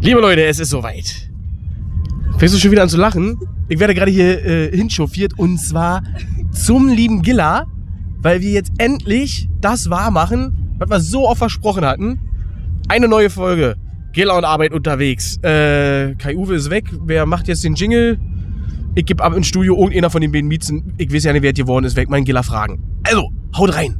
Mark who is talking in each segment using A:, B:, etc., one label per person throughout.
A: Liebe Leute, es ist soweit. Fängst du schon wieder an zu lachen? Ich werde gerade hier äh, hinchauffiert und zwar zum lieben Gilla, weil wir jetzt endlich das wahr machen, was wir so oft versprochen hatten. Eine neue Folge. Gilla und Arbeit unterwegs. Äh, Kai-Uwe ist weg. Wer macht jetzt den Jingle? Ich gebe ab ins Studio irgendeiner von den beiden Miezen. Ich weiß ja nicht, wer es geworden ist. Weg meinen Gilla fragen. Also, haut rein.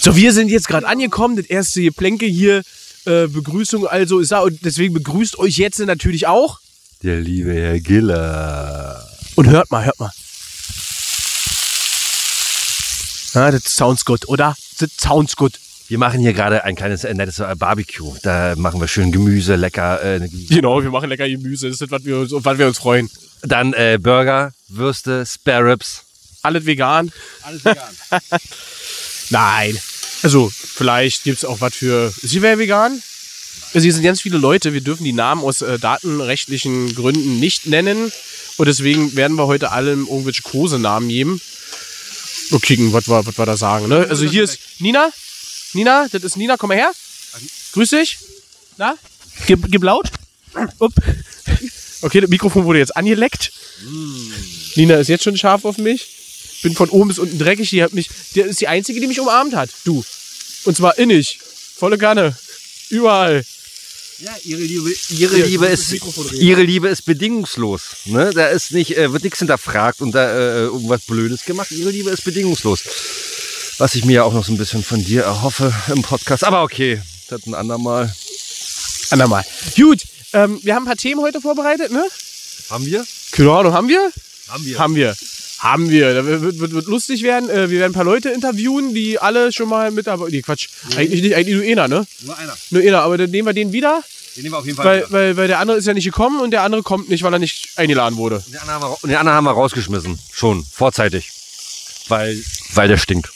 A: So, wir sind jetzt gerade angekommen. Das erste Geplänke hier. Äh, Begrüßung also ist da. Und deswegen begrüßt euch jetzt natürlich auch.
B: Der liebe Herr Giller.
A: Und hört mal, hört mal. Ah, das sounds good, oder? Das sounds good.
B: Wir machen hier gerade ein kleines äh, nettes äh, Barbecue. Da machen wir schön Gemüse, lecker. Äh,
A: Genau, wir machen lecker Gemüse. Das ist, was wir uns, auf was wir uns freuen.
B: dann äh, Burger, Würste, Spare Ribs.
A: Alles vegan.
B: Alles vegan.
A: Nein. Also, vielleicht gibt es auch was für. Sie wäre vegan. Also, hier sind ganz viele Leute. Wir dürfen die Namen aus äh, datenrechtlichen Gründen nicht nennen. Und deswegen werden wir heute allen irgendwelche Kosenamen geben. Mal kicken, was wir, was wir da sagen. Ne? Also, hier ist Nina. Nina, das ist Nina, komm mal her. Grüß dich. Na? Gib, gib laut. Upp. Okay, das Mikrofon wurde jetzt angeleckt. Nina ist jetzt schon scharf auf mich bin von oben bis unten dreckig. Die hat mich, die ist die einzige, die mich umarmt hat. Du. Und zwar innig. Volle Kanne. Überall.
B: Ja, ihre Liebe, ihre Liebe ist, ihre Liebe ist bedingungslos. Ne? Da ist nicht, äh, wird nichts hinterfragt und da äh, irgendwas Blödes gemacht. Ihre Liebe ist bedingungslos. Was ich mir ja auch noch so ein bisschen von dir erhoffe im Podcast. Aber okay, das ein andermal.
A: Andermal. Gut. Ähm, wir haben ein paar Themen heute vorbereitet, ne?
B: Haben wir?
A: Genau, haben wir?
B: Haben wir.
A: Haben wir. Haben wir. Da wird, wird, wird lustig werden. Äh, wir werden ein paar Leute interviewen, die alle schon mal mit dabei. Nee, Quatsch. Eigentlich nicht, eigentlich nur einer, ne?
B: Nur einer.
A: Nur einer, aber dann nehmen wir den wieder,
B: Den nehmen wir auf jeden
A: weil, weil, weil der andere ist ja nicht gekommen und der andere kommt nicht, weil er nicht eingeladen wurde.
B: Den anderen, haben wir, den anderen haben wir rausgeschmissen. Schon. Vorzeitig. Weil, weil der stinkt.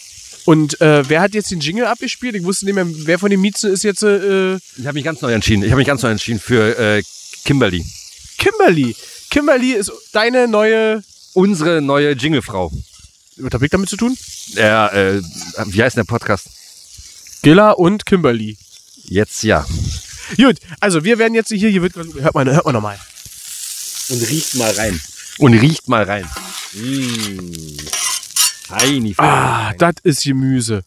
A: Und äh, wer hat jetzt den Jingle abgespielt? Ich wusste nicht mehr, wer von den Miezen ist jetzt äh,
B: Ich habe mich ganz neu entschieden. Ich habe mich ganz neu entschieden für äh, Kimberly.
A: Kimberly. Kimberly ist deine neue.
B: Unsere neue Jinglefrau.
A: Was hab ich damit zu tun?
B: Ja, äh, wie heißt denn der Podcast?
A: Gilla und Kimberly.
B: Jetzt ja.
A: Gut, also wir werden jetzt hier, hier wird gerade- hört man, hört man nochmal.
B: Und riecht mal rein. Und riecht mal rein.
C: Hm.
B: Heini.
A: Ah, das ist Gemüse.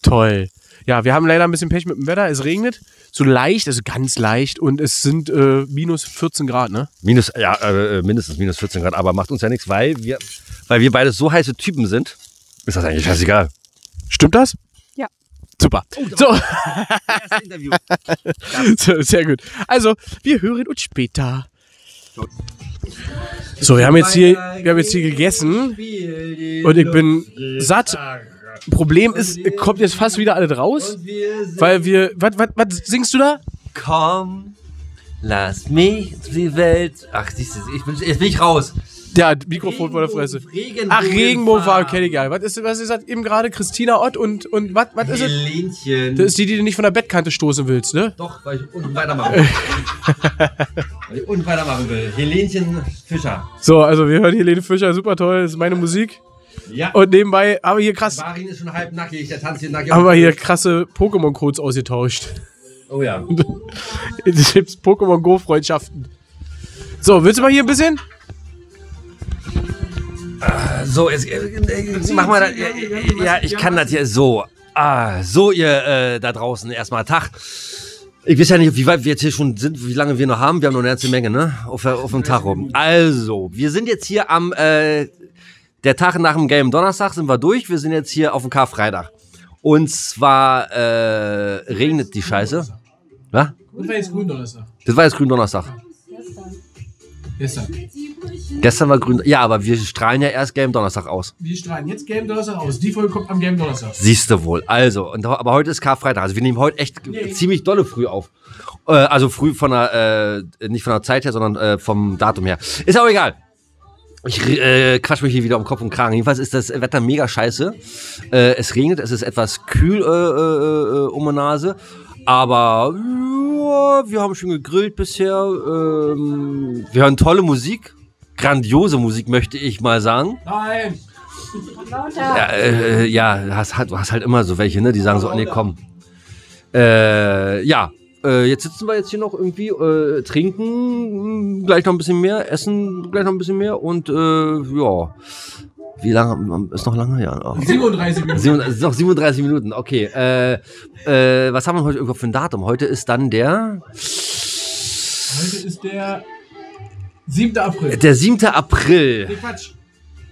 A: Toll. Ja, wir haben leider ein bisschen Pech mit dem Wetter. Es regnet so leicht, also ganz leicht und es sind äh, minus 14 Grad, ne?
B: Minus, ja, äh, äh, mindestens minus 14 Grad, aber macht uns ja nichts, weil wir, weil wir beide so heiße Typen sind. Ist das eigentlich scheißegal?
A: Stimmt das?
D: Ja.
A: Super. So,
B: Interview.
A: so, sehr gut. Also, wir hören uns später. So, wir haben jetzt hier, wir haben jetzt hier gegessen und ich bin satt. Problem ist, kommt jetzt fast wieder alles raus, weil wir. Was, was, was singst du da?
C: Komm, lass mich die Welt. Ach, siehst du, ich bin, jetzt bin ich raus.
A: Ja, Mikrofon vor der Fresse.
C: Regenbogen-
A: Ach, Regenbogen war okay, egal. Was ist, was ist das eben gerade? Christina Ott und, und was, was ist es?
C: Helenchen.
A: Das ist die, die du nicht von der Bettkante stoßen willst, ne?
C: Doch, weil ich unten weitermachen will. weil ich unten weitermachen will. Helenchen Fischer.
A: So, also wir hören Helene Fischer, super toll, das ist meine Musik.
C: Ja.
A: Und nebenbei haben wir hier krass,
C: Barin ist schon halb nackig, der tanzt hier nackig.
A: haben wir hier krasse Pokémon-Codes ausgetauscht.
C: Oh ja.
A: Es gibt Pokémon Go-Freundschaften. So, willst du mal hier ein bisschen?
B: So, jetzt, äh, äh, mach mal das. Ja, ja, ich kann das hier so. Ah, so, ihr äh, da draußen erstmal Tag. Ich weiß ja nicht, wie weit wir jetzt hier schon sind, wie lange wir noch haben. Wir haben noch eine ganze Menge, ne? Auf, der- auf dem Tag rum. Also, wir sind jetzt hier am, äh, der Tag nach dem Game Donnerstag sind wir durch. Wir sind jetzt hier auf dem Karfreitag. Und zwar, äh, regnet die Scheiße. Was?
A: Und war jetzt Gründonnerstag.
B: Das war jetzt Gründonnerstag.
A: Gestern.
B: Gestern war Grün. Ja, aber wir strahlen ja erst Game Donnerstag aus.
A: Wir strahlen jetzt Game Donnerstag aus. Die Folge kommt am Game Donnerstag.
B: Siehst du wohl. Also, und, aber heute ist Karfreitag. Also wir nehmen heute echt ziemlich dolle früh auf. Äh, also früh von der, äh, nicht von der Zeit her, sondern äh, vom Datum her. Ist auch egal. Ich äh, quatsch mich hier wieder um Kopf und Kragen. Jedenfalls ist das Wetter mega scheiße. Äh, es regnet, es ist etwas kühl äh, äh, äh, um die Nase. Aber ja, wir haben schon gegrillt bisher. Ähm, wir hören tolle Musik. Grandiose Musik, möchte ich mal sagen.
C: Nein!
B: Ja, äh, äh, ja hast, hast, du hast halt immer so welche, ne? Die sagen so, nee, komm. Äh, ja, äh, jetzt sitzen wir jetzt hier noch irgendwie, äh, trinken mh, gleich noch ein bisschen mehr, essen gleich noch ein bisschen mehr und äh, ja. Wie lange? Ist noch lange? Ja. Oh.
C: 37 Minuten.
B: Sieben- es ist noch 37 Minuten, okay. Äh, äh, was haben wir heute irgendwo für ein Datum? Heute ist dann der
C: Heute ist der 7. April.
B: der 7. April.
C: Nee, Quatsch.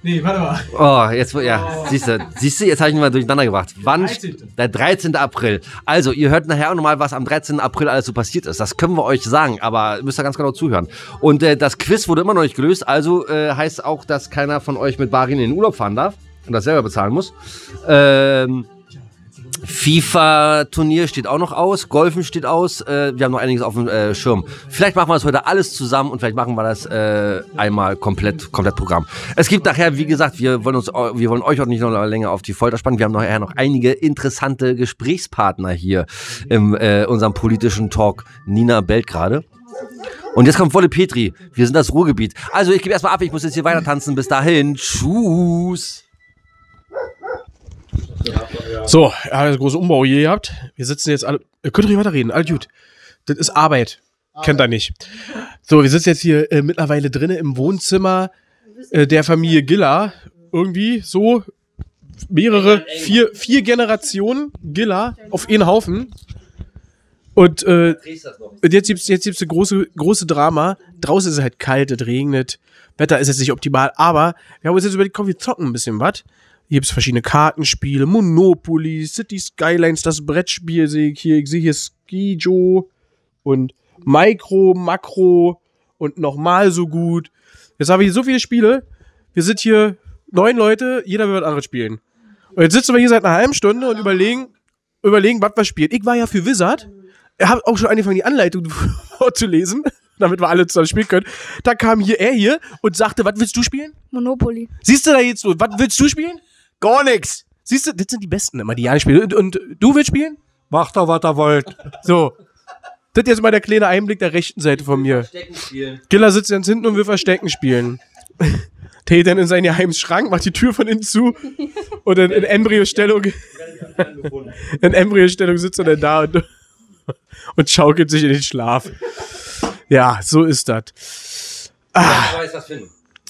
C: Nee, warte mal.
B: Oh, jetzt ja, siehst du, siehst du, jetzt habe ich ihn mal durcheinander gebracht. Wann?
C: 13..
B: Der 13. April. Also, ihr hört nachher auch nochmal, was am 13. April alles so passiert ist. Das können wir euch sagen, aber müsst ihr ganz genau zuhören. Und äh, das Quiz wurde immer noch nicht gelöst, also äh, heißt auch, dass keiner von euch mit Barin in den Urlaub fahren darf und das selber bezahlen muss. Ähm, FIFA-Turnier steht auch noch aus, Golfen steht aus, äh, wir haben noch einiges auf dem äh, Schirm. Vielleicht machen wir das heute alles zusammen und vielleicht machen wir das äh, einmal komplett, komplett Programm. Es gibt nachher, wie gesagt, wir wollen, uns, wir wollen euch auch nicht noch länger auf die Folter spannen. Wir haben nachher noch einige interessante Gesprächspartner hier in äh, unserem politischen Talk. Nina bellt gerade. Und jetzt kommt Wolle Petri. Wir sind das Ruhrgebiet. Also ich gebe erstmal ab, ich muss jetzt hier weiter tanzen. Bis dahin. Tschüss.
A: So, er hat einen großen Umbau hier gehabt. Wir sitzen jetzt alle. Ihr könnt ruhig weiterreden, all gut. Das ist Arbeit. Kennt er nicht. So, wir sitzen jetzt hier äh, mittlerweile drinnen im Wohnzimmer äh, der Familie Giller. Irgendwie so mehrere, vier, vier Generationen Giller auf einen Haufen. Und äh, und jetzt gibt's jetzt gibt's eine große große Drama. Draußen ist es halt kalt, es regnet. Wetter ist jetzt nicht optimal, aber wir haben uns jetzt überlegt, komm, wir zocken ein bisschen was. Hier gibt's verschiedene Kartenspiele, Monopoly, City Skylines, das Brettspiel sehe ich hier. Ich sehe hier Skijo und Micro, Makro und nochmal so gut. Jetzt habe ich so viele Spiele. Wir sind hier neun Leute, jeder will was anderes spielen. Und jetzt sitzen wir hier seit einer halben Stunde und überlegen, überlegen, was wir spielen. Ich war ja für Wizard habe auch schon angefangen, die Anleitung vorzulesen, damit wir alle zusammen spielen können. Da kam hier er hier und sagte, was willst du spielen?
D: Monopoly.
A: Siehst du da jetzt los? Was willst du spielen? Gar nix. Siehst du, das sind die Besten immer, die Jahre spielen. Und, und du willst spielen?
E: Macht doch, was ihr wollt.
A: So. Das ist jetzt mal der kleine Einblick der rechten Seite von mir. Killer sitzt ganz hinten und will Verstecken spielen. Tee dann in seinen geheimen Schrank, macht die Tür von innen zu und in, in Embryostellung. in Embryostellung sitzt er dann da und, und schaukelt sich in den Schlaf. Ja, so ist das. Ah.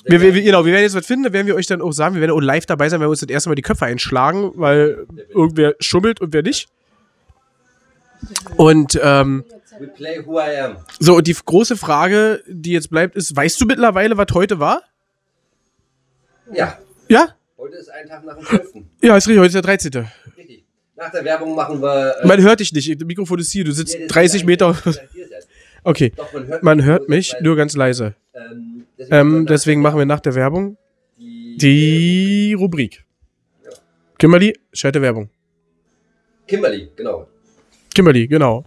A: Wir, wir, wir, genau, wir werden jetzt was finden, da werden wir euch dann auch sagen, wir werden auch live dabei sein, wenn wir uns das erste Mal die Köpfe einschlagen, weil irgendwer schummelt und wer nicht. Und ähm,
B: We play who I am.
A: so, und die große Frage, die jetzt bleibt, ist, weißt du mittlerweile, was heute war?
B: Ja.
A: Ja?
B: Heute ist ein Tag nach dem 12.
A: Ja, ist richtig, heute ist der 13.
B: Richtig. Nach der Werbung machen wir. äh,
A: Man hört dich nicht, das Mikrofon ist hier, du sitzt
B: hier, das
A: 30
B: ist
A: Meter.
B: ein- das hier ist es.
A: Okay,
B: Doch, man hört
A: man
B: mich,
A: hört mich,
B: weil,
A: nur ganz leise.
B: ähm, deswegen
A: Ähm,
B: machen wir
A: deswegen machen wir nach der Werbung
B: die-
A: die Rubrik. Kimberly, schalte Werbung.
B: Kimberly, genau.
A: Kimberly, genau.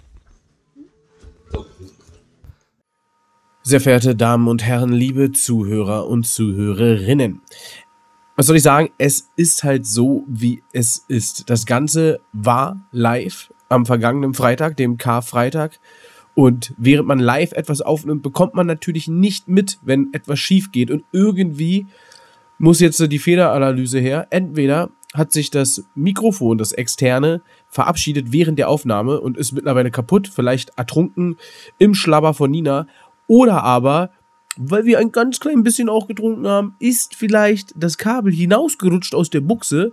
A: Sehr verehrte Damen und Herren, liebe Zuhörer und Zuhörerinnen. Was soll ich sagen? Es ist halt so, wie es ist. Das Ganze war live am vergangenen Freitag, dem Karfreitag. Und während man live etwas aufnimmt, bekommt man natürlich nicht mit, wenn etwas schief geht. Und irgendwie muss jetzt so die Fehleranalyse her. Entweder hat sich das Mikrofon, das externe, verabschiedet während der Aufnahme und ist mittlerweile kaputt, vielleicht ertrunken im Schlabber von Nina. Oder aber, weil wir ein ganz klein bisschen auch getrunken haben, ist vielleicht das Kabel hinausgerutscht aus der Buchse.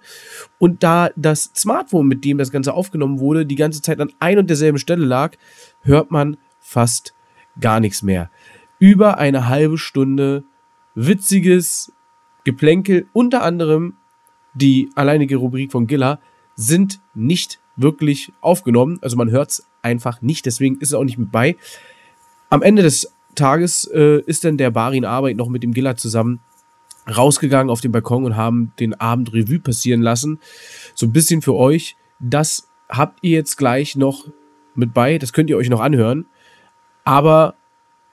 A: Und da das Smartphone, mit dem das Ganze aufgenommen wurde, die ganze Zeit an ein und derselben Stelle lag, hört man fast gar nichts mehr. Über eine halbe Stunde witziges Geplänkel, unter anderem die alleinige Rubrik von Gilla, sind nicht wirklich aufgenommen. Also man hört es einfach nicht, deswegen ist es auch nicht mit bei. Am Ende des Tages äh, ist dann der Barin Arbeit noch mit dem Gilla zusammen rausgegangen auf den Balkon und haben den Abend Revue passieren lassen. So ein bisschen für euch. Das habt ihr jetzt gleich noch mit bei. Das könnt ihr euch noch anhören. Aber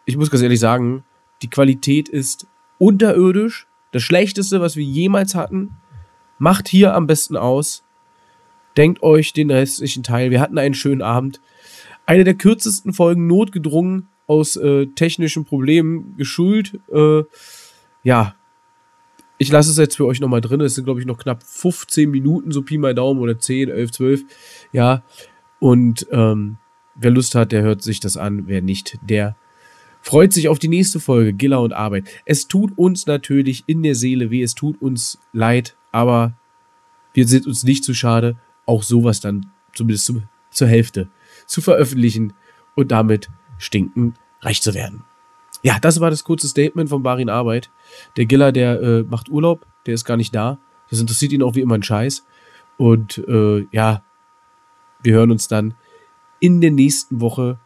A: ich muss ganz ehrlich sagen, die Qualität ist unterirdisch. Das Schlechteste, was wir jemals hatten, macht hier am besten aus. Denkt euch den restlichen Teil. Wir hatten einen schönen Abend. Eine der kürzesten Folgen notgedrungen aus äh, technischen Problemen geschult. Äh, ja, ich lasse es jetzt für euch nochmal drin. Es sind, glaube ich, noch knapp 15 Minuten, so Pi mal Daumen oder 10, 11, 12. Ja, und ähm, wer Lust hat, der hört sich das an. Wer nicht, der freut sich auf die nächste Folge, Giller und Arbeit. Es tut uns natürlich in der Seele weh, es tut uns leid, aber wir sind uns nicht zu schade, auch sowas dann zumindest zu, zur Hälfte zu veröffentlichen und damit stinkend reich zu werden. Ja, das war das kurze Statement von Barin Arbeit. Der Giller, der äh, macht Urlaub, der ist gar nicht da. Das interessiert ihn auch wie immer ein Scheiß. Und äh, ja, wir hören uns dann in der nächsten Woche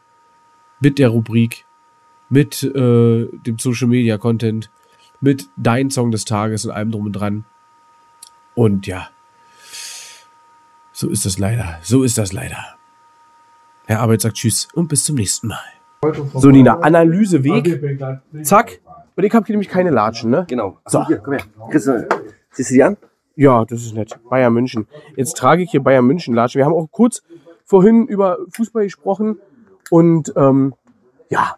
A: mit der Rubrik, mit äh, dem Social Media Content, mit dein Song des Tages und allem drum und dran. Und ja, so ist das leider. So ist das leider. Herr Arbeit sagt Tschüss und bis zum nächsten Mal. So, Nina, Analyseweg. Zack. Und ich habe hier nämlich keine Latschen, ne?
C: Genau. Ach,
A: So.
C: Hier, komm her. Kriegst du, siehst du die an?
A: Ja, das ist nett. Bayern München. Jetzt trage ich hier Bayern München Latschen. Wir haben auch kurz vorhin über Fußball gesprochen. Und ähm, ja,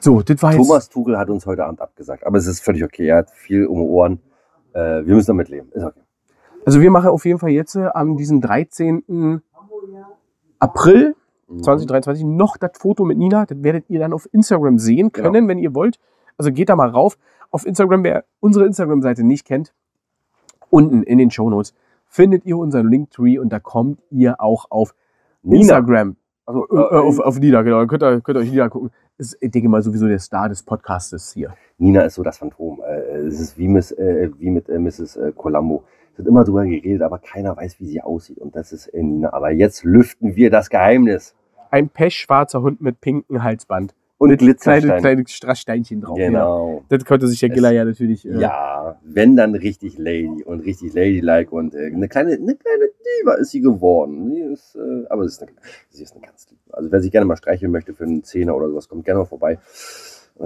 A: so, das war jetzt.
C: Thomas Tugel hat uns heute Abend abgesagt, aber es ist völlig okay. Er hat viel um die Ohren. Äh, wir müssen damit leben. Ist okay.
A: Also wir machen auf jeden Fall jetzt äh, am diesem 13. April 2023 noch das Foto mit Nina. Das werdet ihr dann auf Instagram sehen können, wenn ihr wollt. Also geht da mal rauf. Auf Instagram, wer unsere Instagram-Seite nicht kennt, unten in den Shownotes findet ihr unseren Linktree und da kommt ihr auch auf Instagram.
C: Also,
A: Äh, äh, auf, auf Nina, genau. Da Könnt ihr, könnt ihr euch Nina gucken. Ist, ich denke mal, sowieso der Star des Podcastes hier.
C: Nina ist so das Phantom. Äh, es ist wie, Miss, äh, wie mit äh, Mrs. äh, Columbo. Es wird immer drüber geredet, aber keiner weiß, wie sie aussieht. Und das ist äh, Nina. Aber jetzt lüften wir das Geheimnis.
A: Ein pechschwarzer Hund mit pinkem Halsband.
C: Und
A: mit kleine,
C: Glitzerstein.
A: kleine Strasssteinchen drauf. Ja.
C: genau.
A: Das konnte sich der
C: Es-
A: Giller ja natürlich. Äh,
C: Ja, wenn dann richtig Lady und richtig Ladylike und äh, eine kleine, eine kleine Diva ist sie geworden. Sie ist, äh, aber sie ist, eine, sie ist eine ganz liebe. Also wer sich gerne mal streicheln möchte für einen Zehner oder sowas, kommt gerne mal vorbei.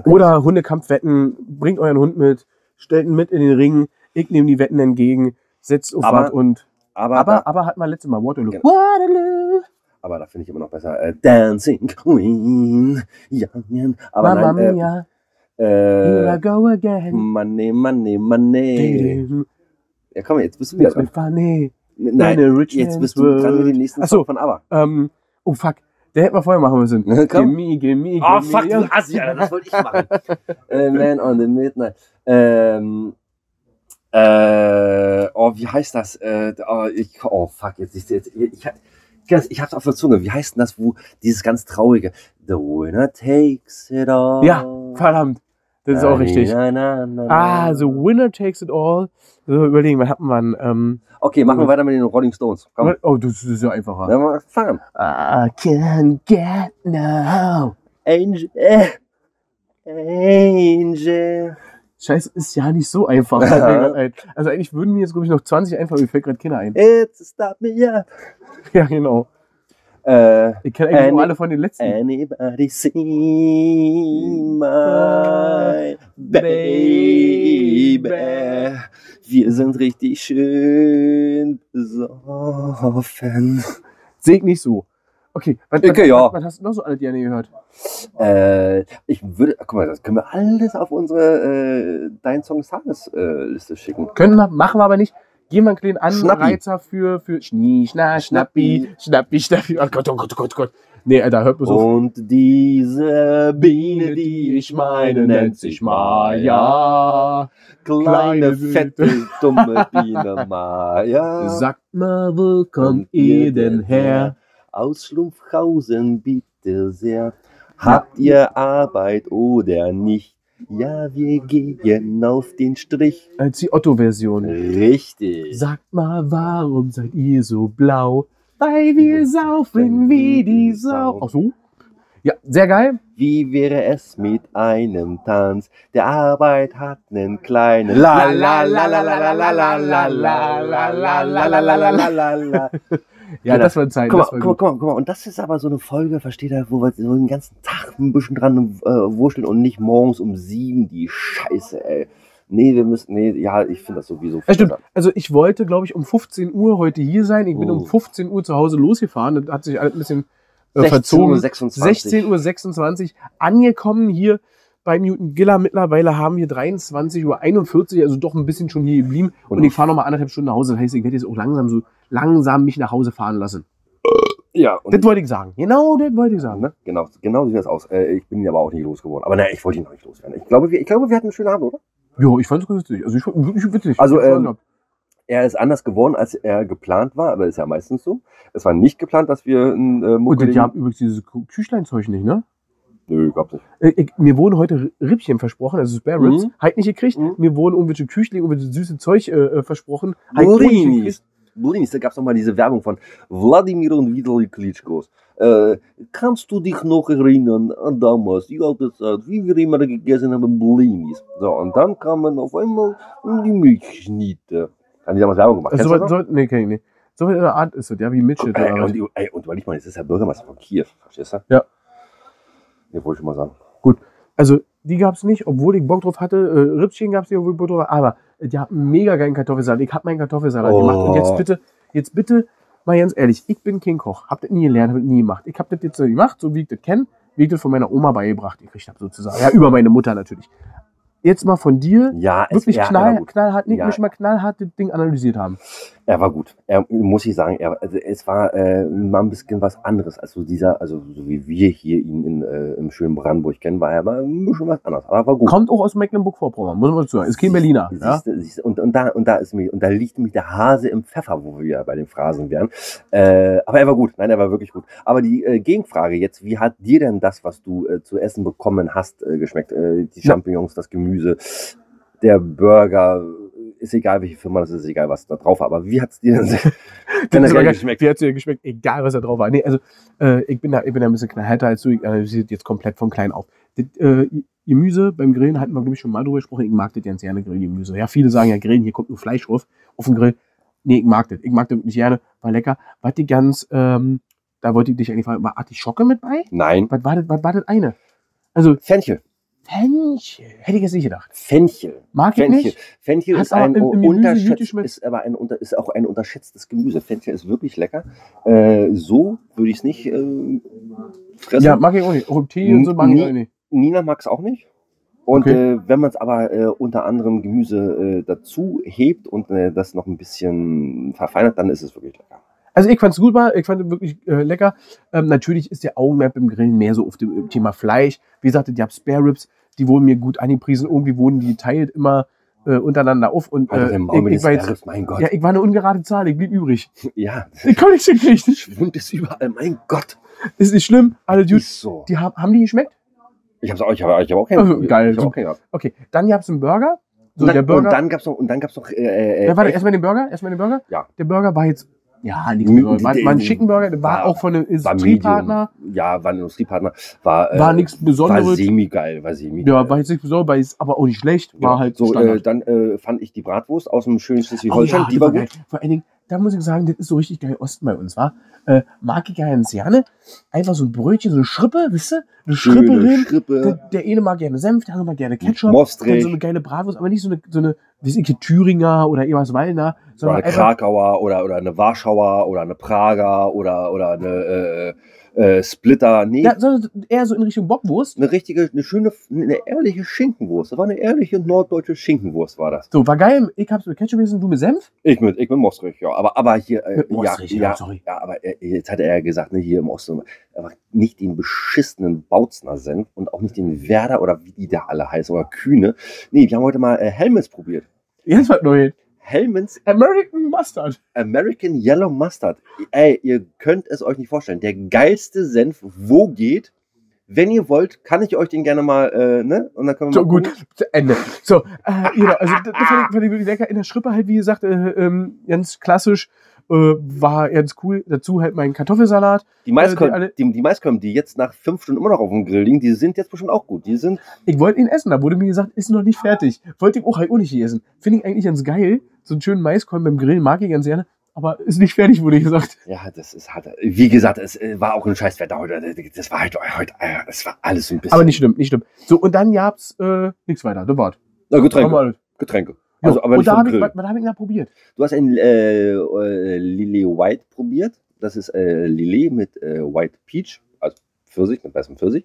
A: Oder Hundekampfwetten. Bringt euren Hund mit. Stellt ihn mit in den Ring. Ich nehme die Wetten entgegen. Setzt auf
C: Aber-
A: was und.
C: Aber,
A: Aber,
C: aber,
A: aber hat man letztes Mal Waterloo.
C: Genau.
A: Waterloo.
C: aber da finde ich immer noch besser. Äh, Dancing Queen. Ja, ja. aber
A: Mamma
C: nein,
A: mia.
C: äh,
A: here I
C: äh,
A: go again.
C: Money, Money, Money. Ja, komm, jetzt bist du wieder
A: Makes me
C: dran.
A: funny.
C: Nein,
A: in a rich
C: jetzt
A: man's
C: bist du dran mit dem nächsten
A: Ach so.
C: Song von Aber.
A: Ähm, oh fuck. Der hätten wir vorher machen müssen.
C: Na, komm.
A: Gimme, gimme,
C: Oh,
A: gimme.
C: fuck, du Assi, Alter, das wollte ich machen. äh, Man on the Midnight. Ähm, äh, oh, wie heißt das? Äh, oh, ich, oh, fuck, jetzt, ich, jetzt, ich, ich, ich hab's auf der Zunge. Wie heißt denn das, wo dieses ganz traurige The winner takes it all.
A: Ja, Verdammt. Das ist auch richtig.
C: Na, na, na, na.
A: Ah, so Winner takes it all. So, überlegen, was hat man? Ähm,
C: Okay, machen wir weiter mit den Rolling Stones. Komm,
A: oh, das ist ja einfacher.
C: dann mal fahren.
A: I can get now.
C: Angel. Äh, Angel.
A: Scheiße, ist ja nicht so einfach.
C: Ja.
A: Fällt mir grad ein. Also eigentlich würden mir jetzt, glaube ich, noch 20 einfach, mir fällt gerade Kinder ein.
C: It's stop me up.
A: Ja, genau.
C: Äh,
A: Ich kenne eigentlich nur
C: Äh,
A: alle von den letzten.
C: Anybody see my baby? Wir sind richtig schön besoffen.
A: Seh ich nicht so. Okay, was,
C: Ich,
A: was, was,
C: ja.
A: was hast du noch so alle Diane gehört?
C: Äh, ich würde, guck mal, das können wir alles auf unsere äh, Dein Song des Tages äh, Liste schicken.
A: Können wir, machen wir aber nicht. Geben wir einen kleinen
C: Schnappi.
A: Anreizer für, für Schnie, Schna, Schnappi, Schnappi, Schnappi. Oh Gott, oh Gott, oh Gott, oh Gott. Nee, Alter, hört bloß auf.
C: Und diese Biene, die ich meine, nennt sich Maya. Kleine,
A: Kleine,
C: fette, dumme Biene Maya.
A: Sagt mal, wo
C: kommt ihr denn her? Aus Schlumpfhausen bitte sehr. Habt ihr Arbeit oder nicht? Ja, wir gehen auf den Strich.
A: Als die Otto-Version.
C: Richtig.
A: Sagt mal, warum seid ihr so blau? Weil wir saufen wie die Sau. Ach so? Ja, sehr geil.
C: Wie wäre es mit einem Tanz? Der Arbeit hat einen kleinen.
A: Ja,
C: Genau.
A: das war ein Zeichen.
C: Guck mal,
A: Das war
C: guck mal,
A: gut.
C: guck mal, guck mal. Und das ist aber so eine Folge, versteht ihr, wo wir so den ganzen Tag ein bisschen dran äh, wurschteln und nicht morgens um sieben die Scheiße, ey.
E: nee, wir müssen, nee, ja, ich finde das sowieso
A: Ja, stimmt. Also ich wollte, glaube ich, um 15 Uhr heute hier sein. Ich bin
E: Oh.
A: um 15 Uhr zu Hause losgefahren. Das hat sich alles ein bisschen äh,
E: 16
A: verzogen.
E: Uhr 26.
A: 16.26 Uhr angekommen hier bei Newton Giller. Mittlerweile haben wir 23.41 Uhr, also doch ein bisschen schon hier geblieben. Und,
E: Und
A: ich fahre nochmal anderthalb Stunden nach Hause. Das heißt, ich werde jetzt auch langsam so langsam mich nach Hause fahren lassen.
E: Ja, und
A: das wollte ich sagen. Genau, das wollte ich sagen. Ne?
E: genau, genau so sieht das aus. Äh, ich bin ihn aber auch nicht losgeworden. Aber naja, ich wollte ihn auch nicht loswerden. Ich glaube, wir, ich glaube, wir hatten einen schönen Abend, oder?
A: Ja, ich fand es witzig. Also ich fand wirklich witzig.
E: ne? Also,
A: Ich fand's
E: ähm,
A: gehabt.
E: Er ist anders geworden, als er geplant war, aber ist ja meistens so. Es war nicht geplant, dass wir einen äh,
A: und
E: muckeligen-
A: Oh, die haben übrigens dieses Kü- Küchleinzeug nicht, ne?
E: Nö, gab's nicht.
A: Äh, Ich, mir wurden heute R- Rippchen versprochen, also Spare Ribs,
E: Mhm.
A: halt nicht gekriegt.
E: Mhm.
A: Mir wurden irgendwelche Küchlinge, irgendwelche süße Zeug äh, äh, versprochen. Halt auch nicht gekriegt.
E: Blinis. Blinis, da gab's noch mal diese Werbung von Wladimir und Vitali Klitschkos. Äh, kannst du dich noch erinnern an damals, die alte Zeit, wie wir immer gegessen haben, Blinis? So, und dann kamen auf einmal die Milchschnitte. Haben die damals Werbung gemacht?
A: Also,
E: Kennst
A: so,
E: du das noch?
A: so, nee, kenn ich nicht. So in der Art ist das, ja, wie Mitchell.
E: Ey,
A: oder was.
E: Äh, und, ey, und überleg mal, das ist der Bürgermeister von Kiew, verstehst du?
A: Ja.
E: Ja, wollte ich schon mal sagen.
A: Also, die gab's nicht, obwohl ich Bock drauf hatte. Äh, Rippchen gab's nicht, obwohl ich Bock drauf hatte. Aber äh, die haben einen mega geilen Kartoffelsalat. Ich hab meinen Kartoffelsalat
E: Oh.
A: gemacht. Und jetzt bitte, jetzt bitte, mal ganz ehrlich, ich bin kein Koch. Hab das nie gelernt, hab das nie gemacht. Ich hab das jetzt so gemacht, so wie ich das kenne, wie ich das von meiner Oma beigebracht gekriegt hab, sozusagen. Ja, über meine Mutter natürlich. Jetzt mal von dir,
E: Ja, es-
A: wirklich
E: er, er,
A: knall,
E: war gut.
A: knallhart, nicht
E: Ja.
A: nicht mal knallhart das Ding analysiert haben.
E: er war gut. Er, muss ich sagen, er, also es war äh, mal ein bisschen was anderes. Also dieser, also so wie wir hier ihn in, äh, im schönen Brandenburg kennen, war er mal ein bisschen was anderes. Aber er war gut.
A: Kommt auch aus Mecklenburg-Vorpommern, muss man dazu sagen. Ist kein Berliner.
E: Oh. Siehst,
A: Ja?
E: siehst, siehst, und, und, da, und da ist mich, und da liegt mich der Hase im Pfeffer, wo wir bei den Phrasen wären. Äh, aber er war gut, nein, er war wirklich gut. Aber die äh, Gegenfrage jetzt, wie hat dir denn das, was du äh, zu essen bekommen hast, äh, geschmeckt? Äh, die
A: Ja.
E: Champignons, das Gemüse, der Burger, ist egal welche Firma, das ist egal, was da drauf war. Aber wie hat's dir denn
A: Das
E: generell
A: hat
E: geschmeckt?
A: Wie hat's dir geschmeckt? Egal, was da drauf war. Nee, also äh, ich, bin da, ich bin da ein bisschen knallhärter als du. Ich analysiere das jetzt komplett von klein auf. Das, äh, Gemüse beim Grillen hatten wir, glaube ich, schon mal drüber gesprochen. Ich mag das ganz gerne, Grillgemüse. Ja, viele sagen ja, Grillen, hier kommt nur Fleisch drauf auf den Grill. Nee, ich mag das. Ich mag das wirklich gerne. War lecker. Was die ganz, ähm, da wollte ich dich eigentlich fragen, war Artischocke mit bei?
E: Nein.
A: Was war das, was war das eine? Also,
E: Fenchel.
A: Fenchel. Hätte ich jetzt nicht gedacht.
E: Fenchel.
A: Mag ich
E: Fenchel.
A: nicht.
E: Fenchel
A: Hat
E: ist
A: aber
E: ein
A: im- im Gemüse gut
E: unterschätzt,
A: geschmeckt.
E: ist aber ein unter, ist auch ein unterschätztes Gemüse. Fenchel ist wirklich lecker. Äh, so würde ich es nicht äh, fressen.
A: Ja, mag ich auch nicht. Auch im Tee und so mag ich
E: Nee.
A: auch nicht.
E: Nina mag es auch nicht. Und
A: Okay.
E: äh, wenn man es aber äh, unter anderem Gemüse äh, dazu hebt und äh, das noch ein bisschen verfeinert, dann ist es wirklich lecker.
A: Also ich fand es gut, war, ich fand es wirklich äh, lecker. Ähm, natürlich ist der Augenmerk beim Grillen mehr so auf dem äh, Thema Fleisch. Wie gesagt, ich habe Spare Ribs, die wurden mir gut angepriesen. Irgendwie wurden die geteilt immer äh, untereinander auf. Und
E: Alter,
A: äh,
E: Also im Maul
A: ich,
E: mit
A: ich
E: des
A: war jetzt,
E: Berges, mein Gott.
A: ja, ich war eine ungerade Zahl, ich blieb übrig.
E: Ja,
A: Ich konnte nichts gekriegt.
E: Schwund ist überall, mein Gott.
A: Ist nicht schlimm, alle Dudes.
E: Ist so.
A: Die haben, haben die geschmeckt?
E: Ich habe auch, ich hab, ich hab auch keinen.
A: Also, geil,
E: Ich hab auch
A: super.
E: keinen gehabt.
A: Okay, dann gab's einen Burger. So,
E: und, dann,
A: der Burger.
E: und dann gab's noch, und dann gab's noch, äh, äh,
A: Ja, warte, erstmal den Burger, erstmal den Burger.
E: Ja.
A: Der Burger war jetzt, ja, nichts
E: Mm,
A: Besonderes. War,
E: die-
A: war ein
E: die-
A: Chicken Burger, der war,
E: war-
A: auch von einem
E: war Medium.
A: Industriepartner,
E: Ja, war ein Industriepartner. War, äh,
A: war nichts Besonderes.
E: War semi-geil, war semi
A: Ja, war jetzt nicht besonders, war jetzt aber auch nicht schlecht. War halt
E: so. Äh,
A: Standard.
E: dann äh, fand ich die Bratwurst aus dem schönen
A: Oh ja,
E: Schleswig-Holstein,
A: das
E: die war gut.
A: geil. Vor allen Dingen, da muss ich sagen, das ist so richtig geil Osten bei uns, war. Äh, mag ich ganz gerne. Einfach so ein Brötchen, so eine Schrippe, wisst ihr? Eine Schrippe
E: Schöne
A: drin. Der,
E: Schrippe,
A: der eine mag gerne Senf, der andere mag gerne Ketchup. Dann
E: Mostrich,
A: so eine geile Bratwurst, aber nicht so eine, so eine wie ist die, Thüringer oder Eberswaldener,
E: oder
A: sondern
E: eine
A: einfach
E: Krakauer oder, oder eine Warschauer oder eine Prager oder, oder eine äh, äh, Splitter. Nee,
A: ja, sondern eher so in Richtung Bockwurst.
E: eine richtige, eine schöne, eine ehrliche Schinkenwurst. Das war eine ehrliche norddeutsche Schinkenwurst, war das.
A: So, war geil. Ich hab's mit Ketchup gegessen, du mit Senf.
E: Ich mit, ich mit Mostrich, ja. Aber, aber hier, äh,
A: Mit Mostrich, ja,
E: ja,
A: sorry.
E: Ja, aber äh, jetzt hat er ja gesagt, ne, hier im Osten, aber nicht den beschissenen Bautzner Senf und auch nicht den Werder oder wie die da alle heißen oder Kühne. Nee, wir haben heute mal äh, Helmets probiert.
A: Jetzt was Neues.
E: Helmets
A: American Mustard.
E: American Yellow Mustard. Ey, ihr könnt es euch nicht vorstellen. Der geilste Senf, wo geht. Wenn ihr wollt, kann ich euch den gerne mal, äh, ne? Und dann können wir
A: So
E: mal
A: gut,
E: gucken.
A: zu Ende. So, äh, genau, also das, das fand, ich, fand ich wirklich lecker. In der Schrippe halt, wie gesagt, äh, ähm, ganz klassisch, äh, war ganz cool. Dazu halt mein Kartoffelsalat.
E: Also Die Maiskolben,
A: Äh, die alle-
E: die, die, Maiskolben, die jetzt nach fünf Stunden immer noch auf dem Grill liegen, die sind jetzt bestimmt auch gut. Die sind
A: Ich wollte ihn essen, da wurde mir gesagt, ist noch nicht fertig. Wollte ich auch halt auch nicht essen. Finde ich eigentlich ganz geil. So einen schönen Maiskolben beim Grillen mag ich ganz gerne, aber ist nicht fertig, wurde gesagt.
E: Ja, das ist hart. Wie gesagt, es äh, war auch ein scheiß Wetter heute. Das war halt heute, äh, es war alles so ein bisschen.
A: Aber nicht schlimm, nicht schlimm. So, und dann gab's äh, nichts weiter. Das war's.
E: Na,
A: Haben wir
E: Getränke.
A: alles.
C: Getränke.
A: Jo,
C: Also, aber
A: und
C: nicht
A: da
C: vom
A: habe ich,
C: Grill.
A: was, was habe ich denn da probiert?
C: Du hast ein äh, äh, Lillet White probiert. Das ist äh, Lillet mit äh, White Peach, also Pfirsich, mit weißem Pfirsich.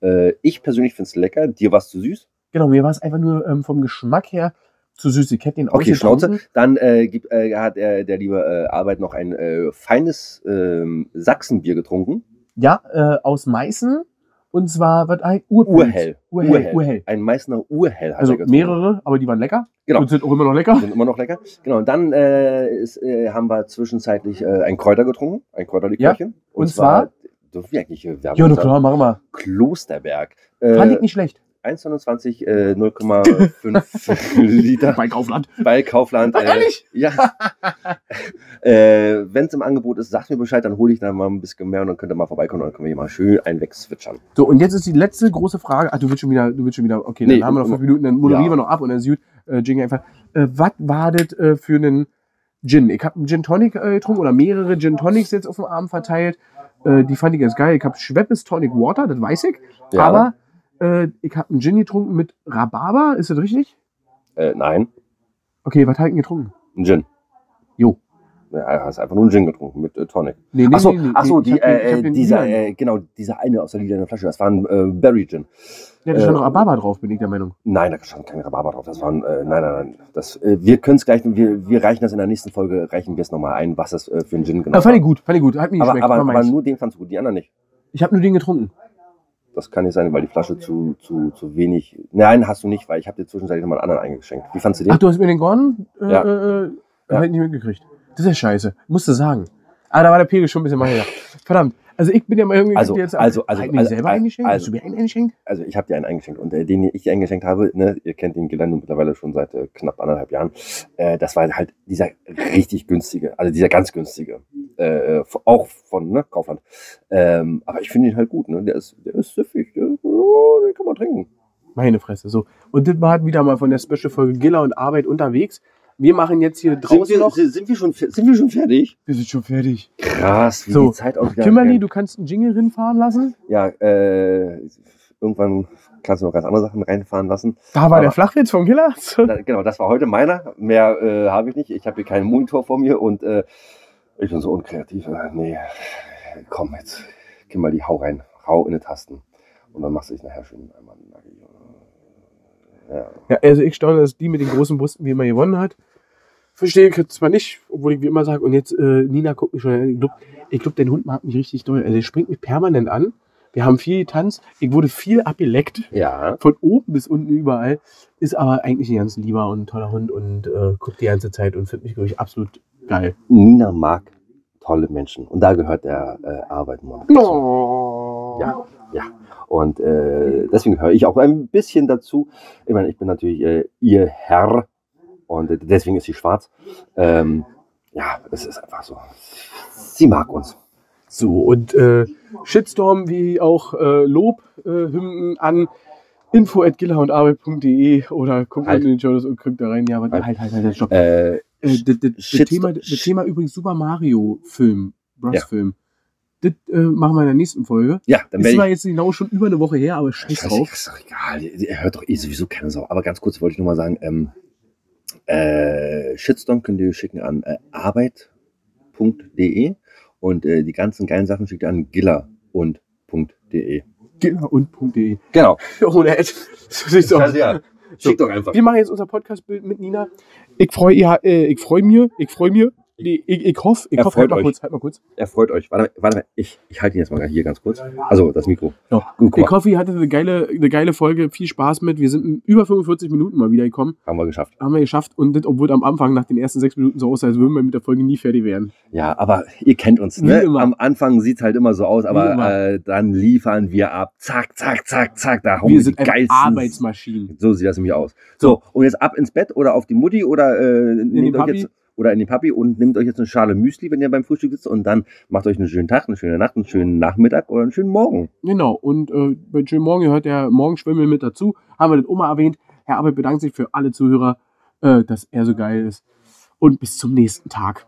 C: Äh, ich persönlich finde es lecker. Dir war es zu süß.
A: Genau, mir war es einfach nur ähm, vom Geschmack her zu süß. Ich hätte den
C: Okay,
A: ausgetrunken.
C: Schnauze. Dann äh, gibt, äh, hat äh, der liebe äh, Arbeit noch ein äh, feines ähm, Sachsenbier getrunken.
A: Ja, äh, aus Meißen. Und zwar wird ein Urpilz.
C: Urhell.
A: Urhell. Urhell.
C: Ein Meißner Urhell hat
A: Also
C: er getrunken.
A: mehrere, aber die waren lecker.
C: Genau.
A: Und sind auch immer noch lecker.
C: Sind immer noch lecker. Genau, und dann äh, ist, äh, haben wir zwischenzeitlich äh, ein Kräuter getrunken, ein Kräuterlikörchen.
A: und zwar?
C: dürfen wir eigentlich hier Werbung
A: Ja, na
C: sagen?
A: klar, machen wir.
C: Klosterberg.
A: Fand
C: Äh,
A: ich nicht schlecht.
C: 1,29, äh, 0,5 Liter
A: Bei Kaufland.
C: bei Kaufland.
A: Ach, ehrlich?
C: Ja. äh, Wenn es im Angebot ist, sagt mir Bescheid, dann hole ich da mal ein bisschen mehr und dann könnt ihr mal vorbeikommen und dann können wir hier mal schön einen wegzwitschern.
A: So, und jetzt ist die letzte große Frage. Ah, du willst schon wieder, du willst schon wieder, okay, dann
C: Nee,
A: haben wir noch fünf
C: äh,
A: Minuten, dann moderieren
C: ja.
A: wir noch ab und dann ist gut. Äh, Jingle einfach. Äh, was war das äh, für einen Gin? Ich habe einen Gin Tonic äh, getrunken oder mehrere Gin Tonics jetzt auf dem Abend verteilt. Äh, die fand ich ganz geil. Ich habe Schweppes Tonic Water, das weiß ich.
C: Ja.
A: Aber äh, ich habe einen Gin getrunken mit Rhabarber, ist das richtig?
C: Äh, nein,
A: Okay, was hat ich denn getrunken?
C: ein Gin.
A: Jo.
C: Ja, hast einfach nur einen Gin getrunken mit äh, Tonic.
A: Nee, nee,
C: Achso,
A: nee, nee,
C: ach so,
A: nee, ich
C: die,
A: hab den- ich hab
C: äh,
A: den
C: dieser,
A: Ilan.
C: äh, genau, dieser eine aus der lilanen Flasche, das war ein äh, Berry Gin.
A: Ja, da stand
C: äh,
A: noch Rhabarber drauf, bin ich der Meinung.
C: Nein, da stand kein Rhabarber drauf. Das waren, äh, nein, nein, nein. Das, äh, wir können es gleich, wir, wir reichen das in der nächsten Folge, reichen wir es nochmal ein, was das äh, für ein Gin genau
A: Ah, fand ich
C: war.
A: gut, fand ich gut. Hat mir
C: Aber,
A: geschmeckt.
C: aber,
A: war meins.
C: aber nur den fandst du gut, die anderen nicht.
A: ich habe nur den getrunken.
C: Das kann nicht sein, weil die Flasche zu, zu, zu wenig. Nein, hast du nicht, weil ich habe dir zwischenzeitlich nochmal einen anderen eingeschenkt. Wie fandst du den?
A: Ach, du hast mir den Gordon äh,
C: Ja.
A: äh, äh,
C: Ja.
A: hab ich nicht mitgekriegt. Das ist ja scheiße. Musste sagen. Ah, da war der Pegel schon ein bisschen mal her. Verdammt. Also ich bin ja mal irgendwie
C: Also,
A: jetzt
C: also, also,
A: Hab ich mir
C: also,
A: selber
C: also,
A: eingeschenkt?
C: also.
A: Hast du mir einen eingeschenkt?
C: also ich habe dir einen eingeschenkt und äh, den ich dir eingeschenkt habe, ne, ihr kennt den Gelände mittlerweile schon seit äh, knapp anderthalb Jahren, äh, das war halt dieser richtig günstige, also dieser ganz günstige, äh, f- auch von ne, Kaufland. Ähm, aber ich finde ihn halt gut, ne? der ist, der ist süffig, der, ja, den kann man trinken.
A: Meine Fresse. So. Und das war halt wieder mal von der Special-Folge Giller und Arbeit unterwegs. Wir machen jetzt hier draußen noch.
C: sind, wir schon, fe- sind wir schon fertig?
A: Wir sind schon fertig.
C: Krass, wie
A: So,
C: die Zeit ausgegangen
A: Kimberly, du kannst einen Jingle rinfahren lassen.
C: Ja, äh, irgendwann kannst du noch ganz andere Sachen reinfahren lassen.
A: Da war
C: Aber-
A: der Flachwitz vom Giller.
C: Da- genau, das war heute meiner. Mehr äh, habe ich nicht. Ich habe hier keinen Monitor vor mir und äh, ich bin so unkreativ. Äh, nee, komm jetzt. Geh mal die Hau rein. Hau in die Tasten. Und dann machst du dich nachher schön einmal nackig. Ja.
A: Ja, also ich staune, dass die mit den großen Brüsten wie immer gewonnen hat. Verstehe ich jetzt zwar nicht, obwohl ich wie immer sage, und jetzt äh, Nina guckt mich schon an. Ich glaube, glaub, dein Hund mag mich richtig doll. Also er springt mich permanent an. Wir haben viel getanzt. Ich wurde viel abgeleckt.
C: ja.
A: Von oben bis unten überall. Ist aber eigentlich ein ganz lieber und toller Hund und äh, guckt die ganze Zeit und findet mich, glaube ich, absolut geil.
C: Nina mag tolle Menschen. Und da gehört der äh, Arbeit mal. dazu. Ja, ja. Und äh, deswegen höre ich auch ein bisschen dazu. Ich meine, ich bin natürlich äh, ihr Herr und äh, deswegen ist sie schwarz. Ähm, ja, es ist einfach so. Sie mag uns.
A: So, und äh, Shitstorm wie auch äh, Lob, äh, Hymnen an info at oder guckt
C: Halt.
A: in den Journals und guckt da rein. Ja, aber
C: Halt.
A: halt, halt, halt, halt stopp.
C: Äh,
A: Äh, das- das- das
C: Shit-
A: Thema, das
C: Shit-
A: Thema übrigens Super Mario Film, Bros.
C: Ja.
A: Film. Das äh, machen wir in der nächsten Folge.
C: ja, dann
A: Ist
C: werde
A: zwar
C: ich.
A: jetzt genau schon über eine Woche her, aber scheiß
C: Scheiße,
A: drauf.
C: Ist doch egal. Er hört doch eh sowieso keine Sau. Aber ganz kurz wollte ich nur mal sagen: ähm, äh, Shitstorm könnt ihr schicken an äh, arbeit.de und äh, die ganzen geilen Sachen schickt ihr an giller und .de.
A: Genau, und .de.
C: Genau.
A: Ohne Ad. So sieht's aus.
C: ja. Schickt doch einfach.
A: Wir machen jetzt unser Podcastbild mit Nina. Ich freue ihr, äh, ich freue mir, ich freue mir. Nee, ich, ich hoffe, ich
C: Er
A: hoffe, halt
C: freut
A: mal
C: euch.
A: kurz, halt mal kurz.
C: Er freut euch. Warte, mal, warte mal. Ich, ich halte ihn jetzt mal hier ganz kurz. Also, das Mikro.
A: Ja.
C: Gut, guck
A: Ich
C: mal,
A: hoffe, ihr hattet eine geile, eine geile Folge. Viel Spaß mit. Wir sind in über 45 Minuten mal wieder gekommen.
C: haben wir geschafft.
A: Haben wir geschafft. Und das, obwohl am Anfang nach den ersten sechs Minuten so aussah, als würden wir mit der Folge nie fertig werden.
C: Ja, aber ihr kennt uns,
A: Wie
C: ne?
A: immer.
C: Am Anfang sieht es halt immer so aus,
A: Wie immer.
C: aber äh, dann liefern wir ab. Zack, zack, zack, zack. Da hauen
A: Wir sind
C: die
A: einfach
C: geilsten.
A: Arbeitsmaschinen.
C: so sieht das nämlich aus. So, und jetzt ab ins Bett oder auf die Mutti oder äh, nehmt euch
A: Papi.
C: jetzt oder in den Papi und nehmt euch jetzt eine Schale Müsli, wenn ihr beim Frühstück sitzt und dann macht euch einen schönen Tag, eine schöne Nacht, einen schönen Nachmittag oder einen schönen Morgen.
A: Genau, und äh, bei Jim Morgen gehört der Morgenschwimmel mit dazu. Haben wir das Oma erwähnt. Herr Arbeit bedankt sich für alle Zuhörer, äh, dass er so geil ist. Und bis zum nächsten Tag.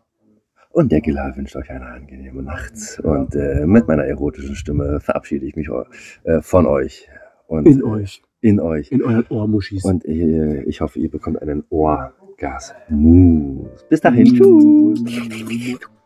C: Und der Giller wünscht euch eine angenehme Nacht. Und äh, mit meiner erotischen Stimme verabschiede ich mich eu- äh, von euch. Und,
A: In euch.
E: in euch.
F: in euren Ohrmuschis.
E: Und äh, ich hoffe, ihr bekommt einen Ohrgasmus. Bis dahin. Tschüss.